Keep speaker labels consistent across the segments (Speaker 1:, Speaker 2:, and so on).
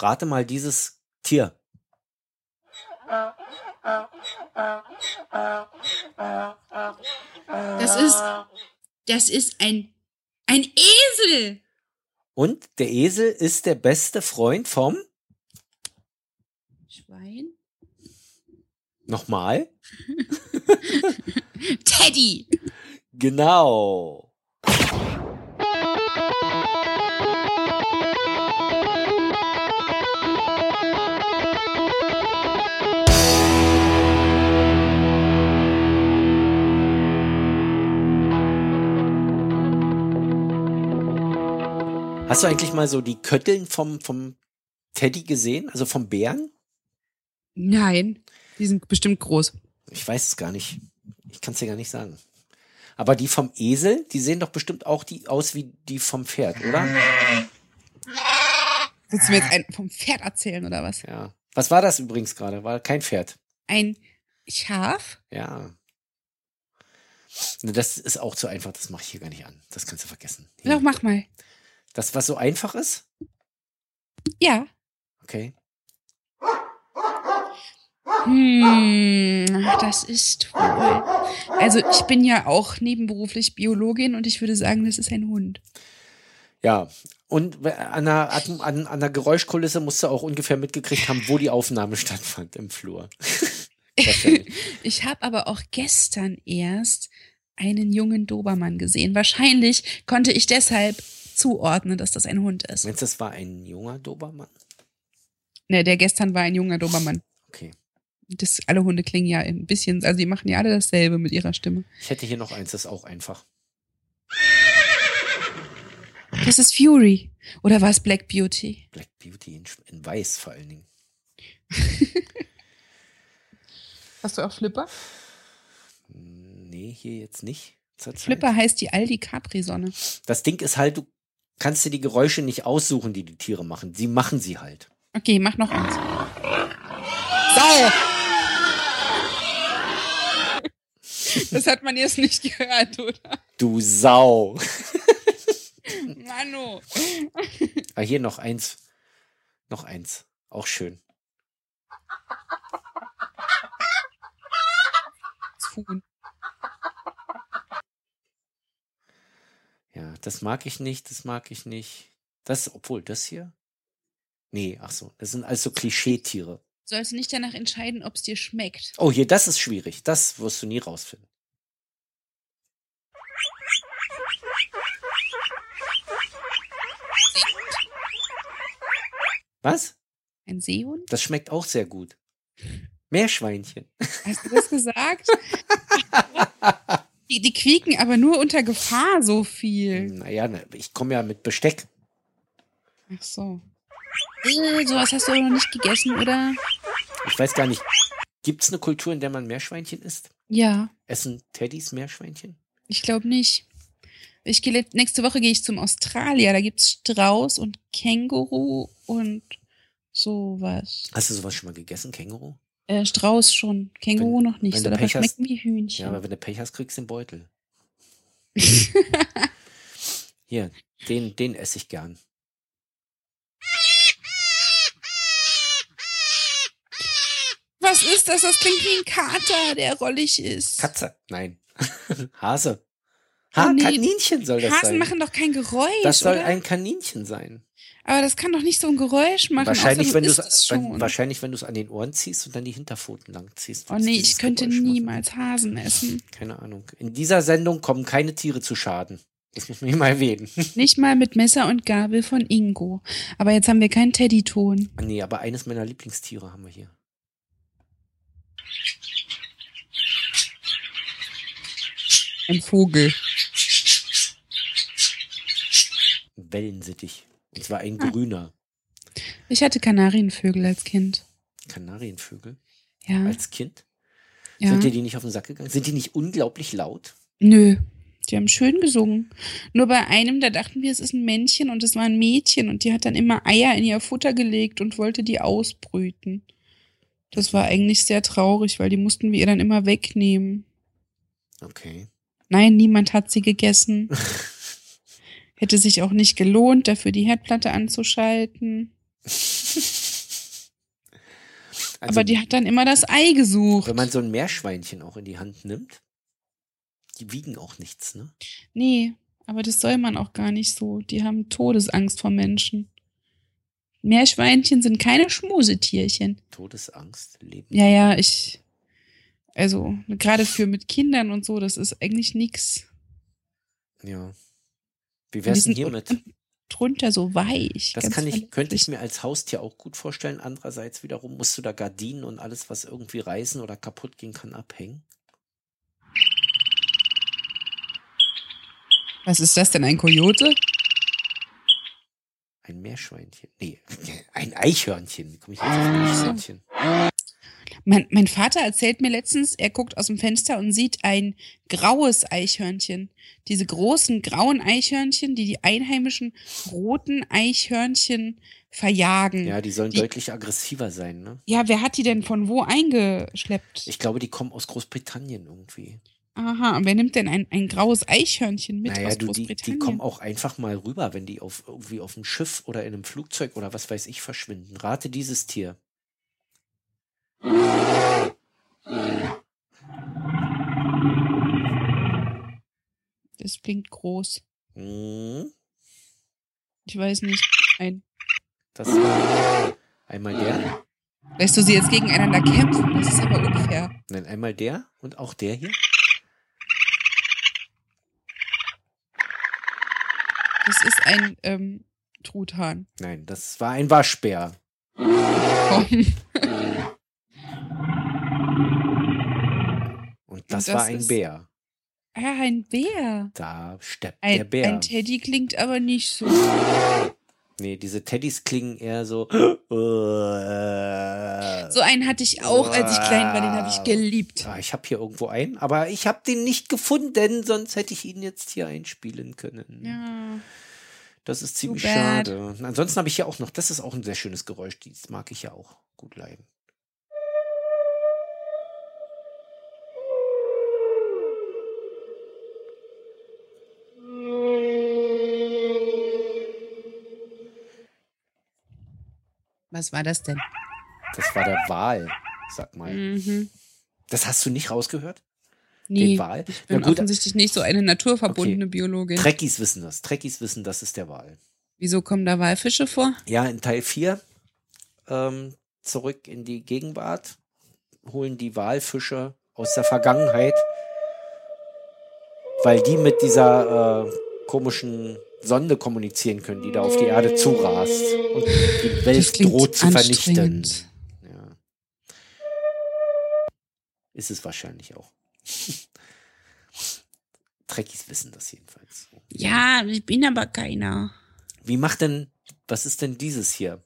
Speaker 1: Rate mal dieses Tier.
Speaker 2: Das ist, das ist ein, ein Esel.
Speaker 1: Und der Esel ist der beste Freund vom,
Speaker 2: Schwein.
Speaker 1: nochmal,
Speaker 2: Teddy.
Speaker 1: genau. Hast du eigentlich mal so die Kötteln vom, vom Teddy gesehen? Also vom Bären?
Speaker 2: Nein, die sind bestimmt groß.
Speaker 1: Ich weiß es gar nicht. Ich kann es dir gar nicht sagen. Aber die vom Esel, die sehen doch bestimmt auch die aus wie die vom Pferd, oder?
Speaker 2: Willst du mir jetzt ein, vom Pferd erzählen oder was?
Speaker 1: Ja. Was war das übrigens gerade? War kein Pferd.
Speaker 2: Ein Schaf?
Speaker 1: Ja. Ne, Das ist auch zu einfach, das mache ich hier gar nicht an. Das kannst du vergessen.
Speaker 2: Doch, mach mal.
Speaker 1: Das, was so einfach ist?
Speaker 2: Ja.
Speaker 1: Okay.
Speaker 2: Hm, das ist wohl. Also ich bin ja auch nebenberuflich Biologin und ich würde sagen, das ist ein Hund.
Speaker 1: Ja. Und an der, Atm- an, an der Geräuschkulisse musst du auch ungefähr mitgekriegt haben, wo die Aufnahme stattfand im Flur. Wahrscheinlich.
Speaker 2: Ich habe aber auch gestern erst einen jungen Dobermann gesehen. Wahrscheinlich konnte ich deshalb zuordnen, dass das ein Hund ist.
Speaker 1: Meinst du, das war ein junger Dobermann?
Speaker 2: Ne, der gestern war ein junger Dobermann.
Speaker 1: Okay.
Speaker 2: Das, alle Hunde klingen ja ein bisschen, also die machen ja alle dasselbe mit ihrer Stimme.
Speaker 1: Ich hätte hier noch eins, das ist auch einfach.
Speaker 2: Das ist Fury. Oder war es Black Beauty?
Speaker 1: Black Beauty in, Sch- in weiß vor allen Dingen.
Speaker 2: Hast du auch Flipper?
Speaker 1: Hm, Nee, hier jetzt nicht. Zurzeit.
Speaker 2: Flipper heißt die Aldi Capri-Sonne.
Speaker 1: Das Ding ist halt, du kannst dir die Geräusche nicht aussuchen, die die Tiere machen. Sie machen sie halt.
Speaker 2: Okay, mach noch eins.
Speaker 1: Sau!
Speaker 2: Das hat man jetzt nicht gehört, oder?
Speaker 1: Du Sau!
Speaker 2: Manu.
Speaker 1: Ah, hier noch eins. Noch eins. Auch schön.
Speaker 2: Das Huhn.
Speaker 1: Ja, das mag ich nicht, das mag ich nicht. Das, obwohl, das hier? Nee, ach so. Das sind also Klischeetiere.
Speaker 2: Sollst du nicht danach entscheiden, ob es dir schmeckt?
Speaker 1: Oh, hier, das ist schwierig. Das wirst du nie rausfinden. Was?
Speaker 2: Ein Seehund?
Speaker 1: Das schmeckt auch sehr gut. Meerschweinchen.
Speaker 2: Hast du das gesagt? die, die quieken aber nur unter Gefahr so viel.
Speaker 1: Naja, na, ich komme ja mit Besteck.
Speaker 2: Ach so. Äh, sowas hast du doch noch nicht gegessen, oder?
Speaker 1: Ich weiß gar nicht, gibt es eine Kultur, in der man Meerschweinchen isst?
Speaker 2: Ja,
Speaker 1: Essen Teddys Meerschweinchen?
Speaker 2: ich glaube nicht. Ich gehe let- nächste Woche gehe ich zum Australier. Da gibt's Strauß und Känguru und sowas.
Speaker 1: Hast du sowas schon mal gegessen, Känguru?
Speaker 2: Äh, Strauß schon, Känguru
Speaker 1: Wenn-
Speaker 2: noch nicht.
Speaker 1: wenn
Speaker 2: So,
Speaker 1: du
Speaker 2: aber
Speaker 1: Pech hast-
Speaker 2: schmecken wie Hühnchen.
Speaker 1: Ja, aber wenn du Pech hast, kriegst du den Beutel. Hier, den, den esse ich gern.
Speaker 2: Was ist das? Das klingt wie ein Kater, der rollig ist.
Speaker 1: Katze. Nein. Hase. Ha,
Speaker 2: Oh, nee.
Speaker 1: Kaninchen soll das
Speaker 2: Hasen
Speaker 1: sein.
Speaker 2: machen doch kein Geräusch,
Speaker 1: das soll
Speaker 2: oder?
Speaker 1: ein Kaninchen sein.
Speaker 2: Aber das kann doch nicht so ein Geräusch machen.
Speaker 1: wahrscheinlich,
Speaker 2: außer
Speaker 1: wenn
Speaker 2: du
Speaker 1: du
Speaker 2: isst es
Speaker 1: es
Speaker 2: schon.
Speaker 1: wahrscheinlich, wenn du es an den Ohren ziehst und dann die Hinterpfoten lang ziehst.
Speaker 2: Oh
Speaker 1: wird's
Speaker 2: nee,
Speaker 1: dieses
Speaker 2: ich könnte
Speaker 1: Geräusch machen.
Speaker 2: niemals Hasen essen.
Speaker 1: Keine Ahnung. In dieser Sendung kommen keine Tiere zu Schaden. Das muss man hier mal erwähnen.
Speaker 2: Nicht mal mit Messer und Gabel von Ingo. Aber jetzt haben wir keinen Teddy-Ton.
Speaker 1: Nee, aber eines meiner Lieblingstiere haben wir hier.
Speaker 2: Ein Vogel.
Speaker 1: Ein Wellensittich. Und zwar
Speaker 2: Ah.
Speaker 1: ein grüner.
Speaker 2: Ich hatte Kanarienvögel als Kind.
Speaker 1: Kanarienvögel.
Speaker 2: Ja.
Speaker 1: Als Kind.
Speaker 2: ja.
Speaker 1: Sind dir die nicht auf den Sack gegangen? Sind die nicht unglaublich laut?
Speaker 2: Nö. Die haben schön gesungen. Nur bei einem, da dachten wir, es ist ein Männchen und es war ein Mädchen und die hat dann immer Eier in ihr Futter gelegt und wollte die ausbrüten. Das war eigentlich sehr traurig, weil die mussten wir ihr dann immer wegnehmen.
Speaker 1: Okay.
Speaker 2: Nein, niemand hat sie gegessen. Hätte sich auch nicht gelohnt, dafür die Herdplatte anzuschalten.
Speaker 1: Also,
Speaker 2: aber die hat dann immer das Ei gesucht.
Speaker 1: wenn man so ein Meerschweinchen auch in die Hand nimmt, die wiegen auch nichts, ne?
Speaker 2: Nee, aber das soll man auch gar nicht so. Die haben Todesangst vor Menschen. Meerschweinchen sind keine Schmusetierchen.
Speaker 1: Todesangst, Leben.
Speaker 2: Ja, ja, ich. Also, gerade für mit Kindern und so, das ist eigentlich nix.
Speaker 1: Ja. Wie wär's denn
Speaker 2: Die sind
Speaker 1: hiermit?
Speaker 2: unten Drunter so weich.
Speaker 1: Das
Speaker 2: ganz
Speaker 1: kann ich, könnte ich
Speaker 2: verletzlich.
Speaker 1: mir als Haustier auch gut vorstellen. Andererseits wiederum musst du da Gardinen und alles, was irgendwie reißen oder kaputt gehen kann, abhängen.
Speaker 2: Was ist das denn, ein Kojote?
Speaker 1: Ein Meerschweinchen. Nee, ein Eichhörnchen. Wie komme ich jetzt auf
Speaker 2: Ah.
Speaker 1: ein Eichhörnchen?
Speaker 2: Mein, mein Vater erzählt mir letztens, er guckt aus dem Fenster und sieht ein graues Eichhörnchen. Diese großen grauen Eichhörnchen, die die einheimischen roten Eichhörnchen verjagen.
Speaker 1: Ja, die sollen
Speaker 2: Die-
Speaker 1: deutlich aggressiver sein, ne?
Speaker 2: Ja, wer hat die denn von wo eingeschleppt?
Speaker 1: Ich glaube, die kommen aus Großbritannien irgendwie.
Speaker 2: Aha, und wer nimmt denn ein, ein graues Eichhörnchen mit
Speaker 1: naja,
Speaker 2: aus
Speaker 1: du, die, die
Speaker 2: Großbritannien?
Speaker 1: kommen auch einfach mal rüber, wenn die auf irgendwie auf dem Schiff oder in einem Flugzeug oder was weiß ich verschwinden. Rate dieses Tier.
Speaker 2: das klingt groß.
Speaker 1: Hm,
Speaker 2: Ich weiß nicht. Ein.
Speaker 1: Das war einmal der,
Speaker 2: Lässt du sie jetzt gegeneinander kämpfen? Das ist aber unfair.
Speaker 1: nein, einmal der und auch der hier.
Speaker 2: Das ist ein ähm, Truthahn.
Speaker 1: Nein, das war ein Waschbär.
Speaker 2: Komm.
Speaker 1: Und das,
Speaker 2: das
Speaker 1: war ein
Speaker 2: ist-
Speaker 1: Bär.
Speaker 2: Ah, ein Bär.
Speaker 1: Da steppt
Speaker 2: Ein,
Speaker 1: der Bär.
Speaker 2: ein Teddy klingt aber nicht so.
Speaker 1: nee, diese Teddys klingen eher so. äh,
Speaker 2: So einen hatte ich auch, als ich klein war. Den habe ich geliebt.
Speaker 1: Ah, ich habe hier irgendwo einen, aber ich habe den nicht gefunden, sonst hätte ich ihn jetzt hier einspielen können.
Speaker 2: Ja.
Speaker 1: Das ist ziemlich
Speaker 2: Too bad.
Speaker 1: schade. Ansonsten habe ich hier auch noch, das ist auch ein sehr schönes Geräusch, das mag ich ja auch gut leiden.
Speaker 2: Was war das denn?
Speaker 1: Das war der Wal, sag mal.
Speaker 2: Mhm.
Speaker 1: Das hast du nicht rausgehört?
Speaker 2: Nee,
Speaker 1: Den Wal?
Speaker 2: ich
Speaker 1: Na
Speaker 2: bin
Speaker 1: gut,
Speaker 2: offensichtlich nicht so eine naturverbundene Biologin.
Speaker 1: Trekkies wissen das. Trekkies wissen, das ist der Wal.
Speaker 2: Wieso kommen da Walfische vor?
Speaker 1: Ja, in Teil 4 ähm, zurück in die Gegenwart holen die Walfische aus der Vergangenheit, weil die mit dieser äh, komischen Sonde kommunizieren können, die da auf die Erde zurast und die
Speaker 2: Das
Speaker 1: Welt
Speaker 2: klingt
Speaker 1: droht zu vernichten.
Speaker 2: anstrengend.
Speaker 1: Ja. Ist es wahrscheinlich auch. Trekkies wissen das jedenfalls.
Speaker 2: Ja, ich bin aber keiner.
Speaker 1: Wie macht denn, was ist denn dieses hier?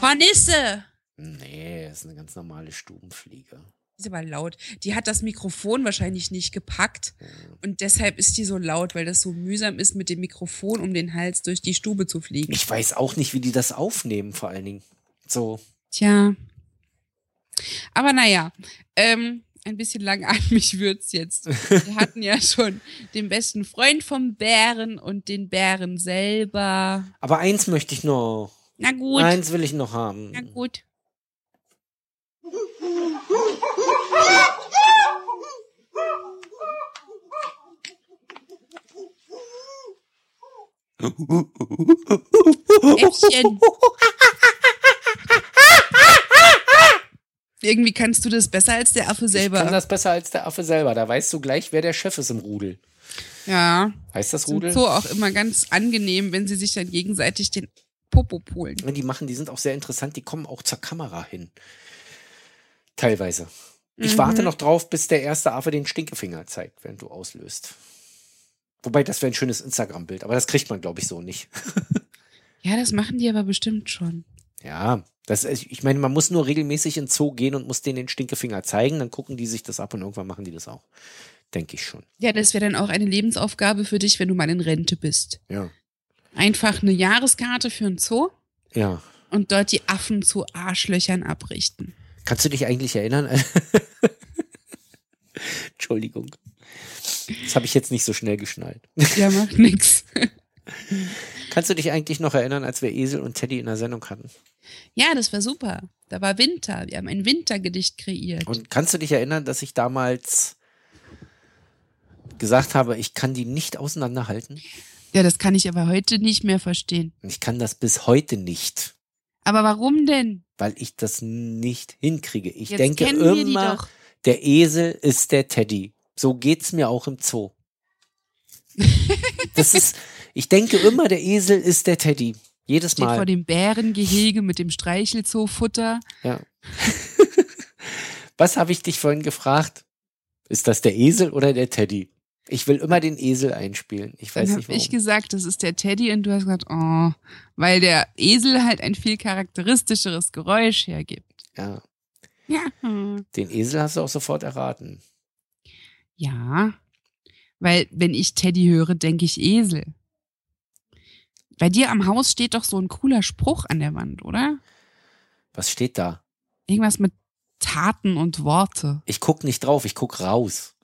Speaker 2: Hornisse!
Speaker 1: Nee, das ist eine ganz normale Stubenfliege.
Speaker 2: Ist aber laut. Die hat das Mikrofon wahrscheinlich nicht gepackt
Speaker 1: Ja.
Speaker 2: und deshalb ist die so laut, weil das so mühsam ist, mit dem Mikrofon um den Hals durch die Stube zu fliegen.
Speaker 1: Ich weiß auch nicht, wie die das aufnehmen, vor allen Dingen. So,
Speaker 2: Tja. Aber naja, ähm, ein bisschen langatmig wird's jetzt. Wir hatten ja schon den besten Freund vom Bären und den Bären selber.
Speaker 1: aber eins möchte ich noch.
Speaker 2: Na gut,
Speaker 1: Eins will ich noch haben.
Speaker 2: na gut. Äffchen. Irgendwie kannst du das besser als der Affe
Speaker 1: Ich
Speaker 2: selber.
Speaker 1: kann das besser als der Affe selber. Da weißt du gleich, wer der Chef ist im Rudel.
Speaker 2: ja,
Speaker 1: Heißt das
Speaker 2: sind
Speaker 1: Rudel?
Speaker 2: so auch immer ganz angenehm, wenn sie sich dann gegenseitig den Popo polen.
Speaker 1: Die machen, die sind auch sehr interessant. Die kommen auch zur Kamera hin. Teilweise. Ich
Speaker 2: Mhm.
Speaker 1: warte noch drauf, bis der erste Affe den Stinkefinger zeigt, während du auslöst. Wobei, das wäre ein schönes Instagram-Bild, aber das kriegt man, glaube ich, so nicht.
Speaker 2: Ja, das machen die aber bestimmt schon.
Speaker 1: Ja, das, ist- ich meine, man muss nur regelmäßig in den Zoo gehen und muss denen den Stinkefinger zeigen, dann gucken die sich das ab und irgendwann machen die das auch. Denke ich schon.
Speaker 2: Ja, das wäre dann auch eine Lebensaufgabe für dich, wenn du mal in Rente bist.
Speaker 1: Ja.
Speaker 2: Einfach eine Jahreskarte für ein Zoo
Speaker 1: Ja.
Speaker 2: und dort die Affen zu Arschlöchern abrichten.
Speaker 1: Kannst du dich eigentlich erinnern? Entschuldigung. Das habe ich jetzt nicht so schnell geschnallt.
Speaker 2: Ja, macht nix.
Speaker 1: Kannst du dich eigentlich noch erinnern, als wir Esel und Teddy in der Sendung hatten?
Speaker 2: Ja, das war super. Da war Winter. Wir haben ein Wintergedicht kreiert.
Speaker 1: Und kannst du dich erinnern, dass ich damals gesagt habe, ich kann die nicht auseinanderhalten?
Speaker 2: Ja, das kann ich aber heute nicht mehr verstehen.
Speaker 1: Ich kann das bis heute nicht,
Speaker 2: Aber warum denn?
Speaker 1: weil ich das nicht hinkriege. Ich
Speaker 2: Jetzt
Speaker 1: denke
Speaker 2: kennen wir die
Speaker 1: immer,
Speaker 2: doch.
Speaker 1: der Esel ist der Teddy. So geht's mir auch im Zoo. das ist, ich denke immer, der Esel ist der Teddy. Jedes
Speaker 2: Steht vor
Speaker 1: Mal.
Speaker 2: dem Bärengehege mit dem Streichelzoofutter.
Speaker 1: Ja. Was habe ich dich vorhin gefragt? Ist das der Esel oder der Teddy? Ich will immer den Esel einspielen. Ich
Speaker 2: Dann
Speaker 1: weiß
Speaker 2: habe
Speaker 1: nicht warum.
Speaker 2: ich gesagt, das ist der Teddy und du hast gesagt, oh, weil der Esel halt ein viel charakteristischeres Geräusch hergibt.
Speaker 1: ja.
Speaker 2: Ja.
Speaker 1: Den Esel hast du auch sofort erraten.
Speaker 2: Ja. Weil wenn ich Teddy höre, denke ich Esel. Bei dir am Haus steht doch so ein cooler Spruch an der Wand, oder?
Speaker 1: Was steht da?
Speaker 2: Irgendwas mit Taten und Worte.
Speaker 1: Ich guck nicht drauf, ich guck raus.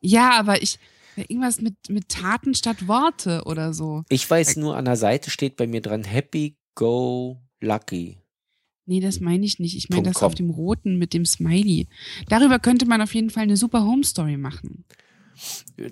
Speaker 2: Ja, aber ich. Irgendwas mit, mit Taten statt Worte oder so.
Speaker 1: Ich weiß nur, an der Seite steht bei mir dran Happy Go Lucky.
Speaker 2: Nee, das meine ich nicht. Ich meine
Speaker 1: Punkt
Speaker 2: das
Speaker 1: com.
Speaker 2: auf dem roten mit dem Smiley. Darüber könnte man auf jeden Fall eine super Home Story machen.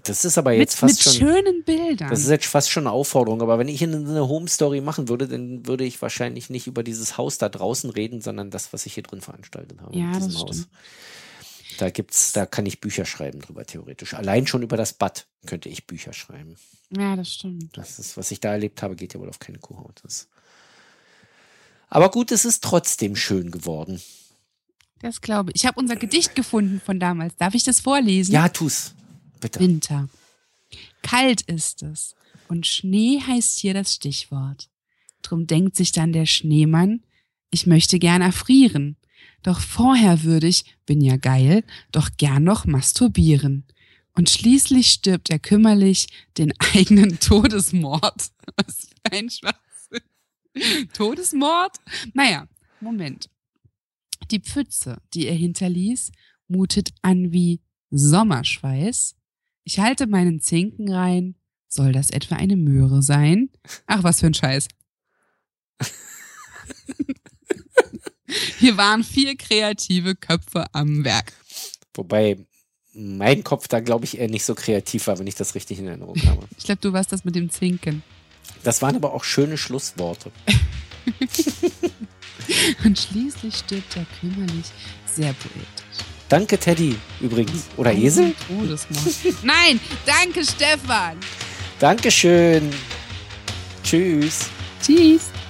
Speaker 1: Das ist aber
Speaker 2: Mit,
Speaker 1: jetzt
Speaker 2: mit
Speaker 1: fast schon.
Speaker 2: schönen Bildern.
Speaker 1: Das ist jetzt fast schon eine Aufforderung, aber wenn ich eine Home Story machen würde, dann würde ich wahrscheinlich nicht über dieses Haus da draußen reden, sondern das, was ich hier drin veranstaltet habe.
Speaker 2: Ja,
Speaker 1: in diesem
Speaker 2: das
Speaker 1: Haus.
Speaker 2: stimmt.
Speaker 1: Da gibt's, da kann ich Bücher schreiben drüber, theoretisch. Allein schon über das Bad könnte ich Bücher schreiben.
Speaker 2: ja, das stimmt.
Speaker 1: Das ist, was ich da erlebt habe, geht ja wohl auf keine Kuhhaut. Das. Aber gut, es ist trotzdem schön geworden.
Speaker 2: Das glaube ich. Ich habe unser Gedicht gefunden von damals. Darf ich das vorlesen?
Speaker 1: Ja, tu's. Bitte.
Speaker 2: Winter. Kalt ist es und Schnee heißt hier das Stichwort. Drum denkt sich dann der Schneemann, ich möchte gern erfrieren. Doch vorher würde ich, bin ja geil, doch gern noch masturbieren. Und schließlich stirbt er kümmerlich den eigenen Todesmord. Was für ein Schwachsinn. Todesmord? Naja, Moment. Die Pfütze, die er hinterließ, mutet an wie Sommerschweiß. Ich halte meinen Zinken rein. Soll das etwa eine Möhre sein? Ach, was für ein Scheiß. Hier waren vier kreative Köpfe am Werk.
Speaker 1: Wobei mein Kopf da, glaube ich, eher nicht so kreativ war, wenn ich das richtig in Erinnerung habe.
Speaker 2: Ich glaube, du warst das mit dem Zinken.
Speaker 1: Das waren aber auch schöne Schlussworte.
Speaker 2: Und schließlich stirbt er kümmerlich, sehr poetisch.
Speaker 1: Danke, Teddy, übrigens. Oder Esel?
Speaker 2: Todesmord. Nein, danke, Stefan.
Speaker 1: Dankeschön. Tschüss.
Speaker 2: Tschüss.